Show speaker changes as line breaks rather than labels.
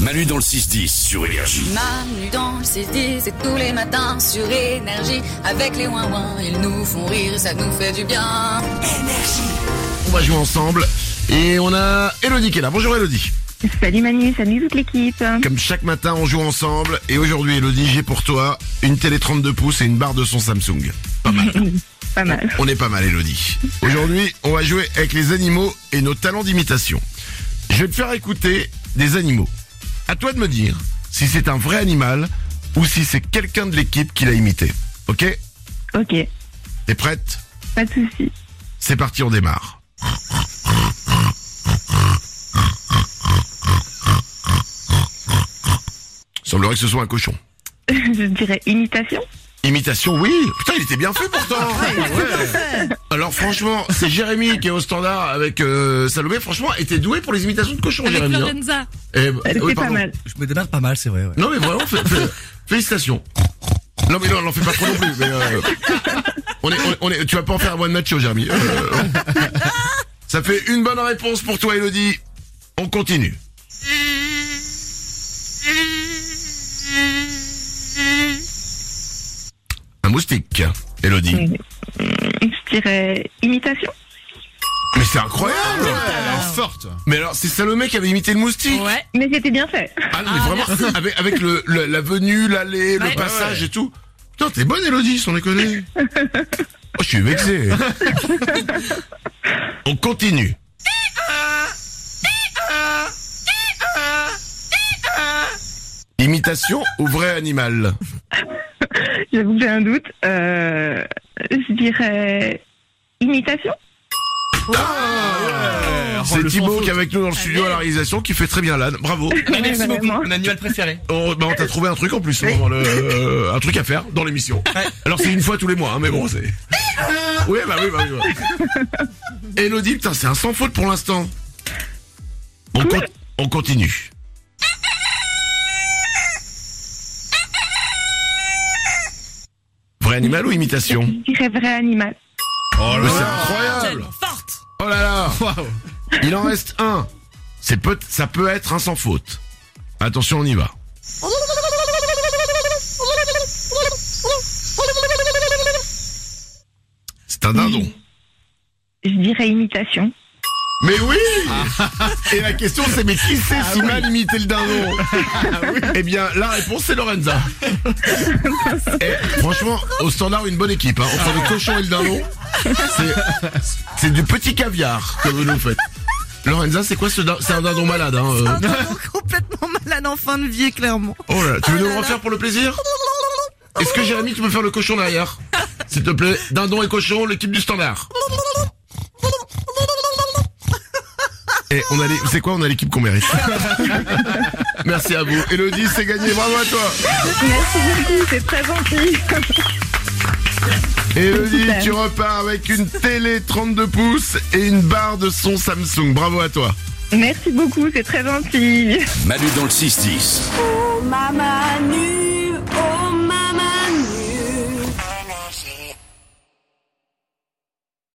Manu dans le 6-10 sur Énergie.
Manu dans le 6-10, c'est tous les matins sur Énergie. Avec les ouin ils nous font rire, ça nous fait du bien.
On va jouer ensemble. Et on a Elodie qui est là. Bonjour Elodie.
Salut Manu, salut toute l'équipe.
Comme chaque matin, on joue ensemble. Et aujourd'hui, Elodie, j'ai pour toi une télé 32 pouces et une barre de son Samsung. Pas mal.
Pas mal.
On est pas mal, Elodie. Aujourd'hui, on va jouer avec les animaux et nos talents d'imitation. Je vais te faire écouter des animaux. À toi de me dire si c'est un vrai animal ou si c'est quelqu'un de l'équipe qui l'a imité. Ok
Ok,
T'es prête
pas de souci.
C'est parti, on démarre. Semblerait que ce soit un cochon.
Je dirais imitation.
Imitation, oui. Putain, il était bien fait pourtant. Ouais. Alors franchement, c'est Jérémy qui est au standard avec euh, Salomé. Franchement, était doué pour les imitations de cochons,
Avec
Jérémy. hein.
Lorenza.
Eh, bah,
Elle
oui,
fait pas
pardon.
mal.
Je me démarre pas mal, c'est vrai. Ouais.
Non mais vraiment, fé- fé- félicitations. Non mais non, n'en fais pas trop non plus. Mais euh, on est, on est, on est- tu vas pas en faire un one match, Jérémy. Euh, euh, ça fait une bonne réponse pour toi, Elodie. On continue. Un moustique, Elodie.
Mm. Je dirais imitation.
Mais c'est incroyable
forte.
Mais alors, c'est Salomé qui avait imité le moustique
Ouais.
Mais c'était bien fait.
Ah non, mais vraiment, avec, avec le, le- la venue, l'allée, le
Ouais.
passage et tout. Putain, t'es bonne, Elodie, sans déconner. oh, je suis vexé. On continue. Imitation ou vrai animal
J'avoue que j'ai un doute. Euh, je dirais imitation.
C'est Thibaut qui est avec nous dans le studio à la réalisation qui fait très bien l'âne. Bravo.
Ouais, vraiment.
Mon animal préféré.
On, bah, on t'a trouvé un truc en plus, vraiment, le- euh, un truc à faire dans l'émission. Alors c'est une fois tous les mois, hein, mais bon, c'est. Oui, bah oui, bah oui. bah. Elodie, putain, c'est un sans faute pour l'instant. On, con- on continue. Vrai animal ou imitation
Je dirais vrai animal.
Oh là c'est incroyable
Tellement forte.
Oh là là Il en reste un. C'est peut, ça peut être un sans faute. Attention, on y va. C'est un dindon.
Je dirais imitation.
Mais oui Et la question c'est mais qui sait si mal imiter le dindon Eh bien la réponse c'est Lorenza. Eh, franchement, au standard une bonne équipe, hein. entre le cochon et le dindon, c'est- c'est du petit caviar que vous nous faites. Lorenza, c'est quoi ce dindon C'est un dindon malade, hein euh.
complètement malade en fin de vie, clairement.
Oh là, Oh là, tu veux nous le refaire pour le plaisir Est-ce que Jérémy, tu peux faire le cochon derrière S'il te plaît, dindon et cochon, l'équipe du standard. Et on a les... C'est quoi On a l'équipe qu'on mérite. Merci à vous. Elodie, c'est gagné. Bravo à toi.
Merci beaucoup, c'est très gentil.
Elodie,
Super.
tu repars avec une télé 32 pouces et une barre de son Samsung. Bravo à toi.
Merci beaucoup, c'est très gentil.
Manu dans le 6-10.
Oh, ma Manu,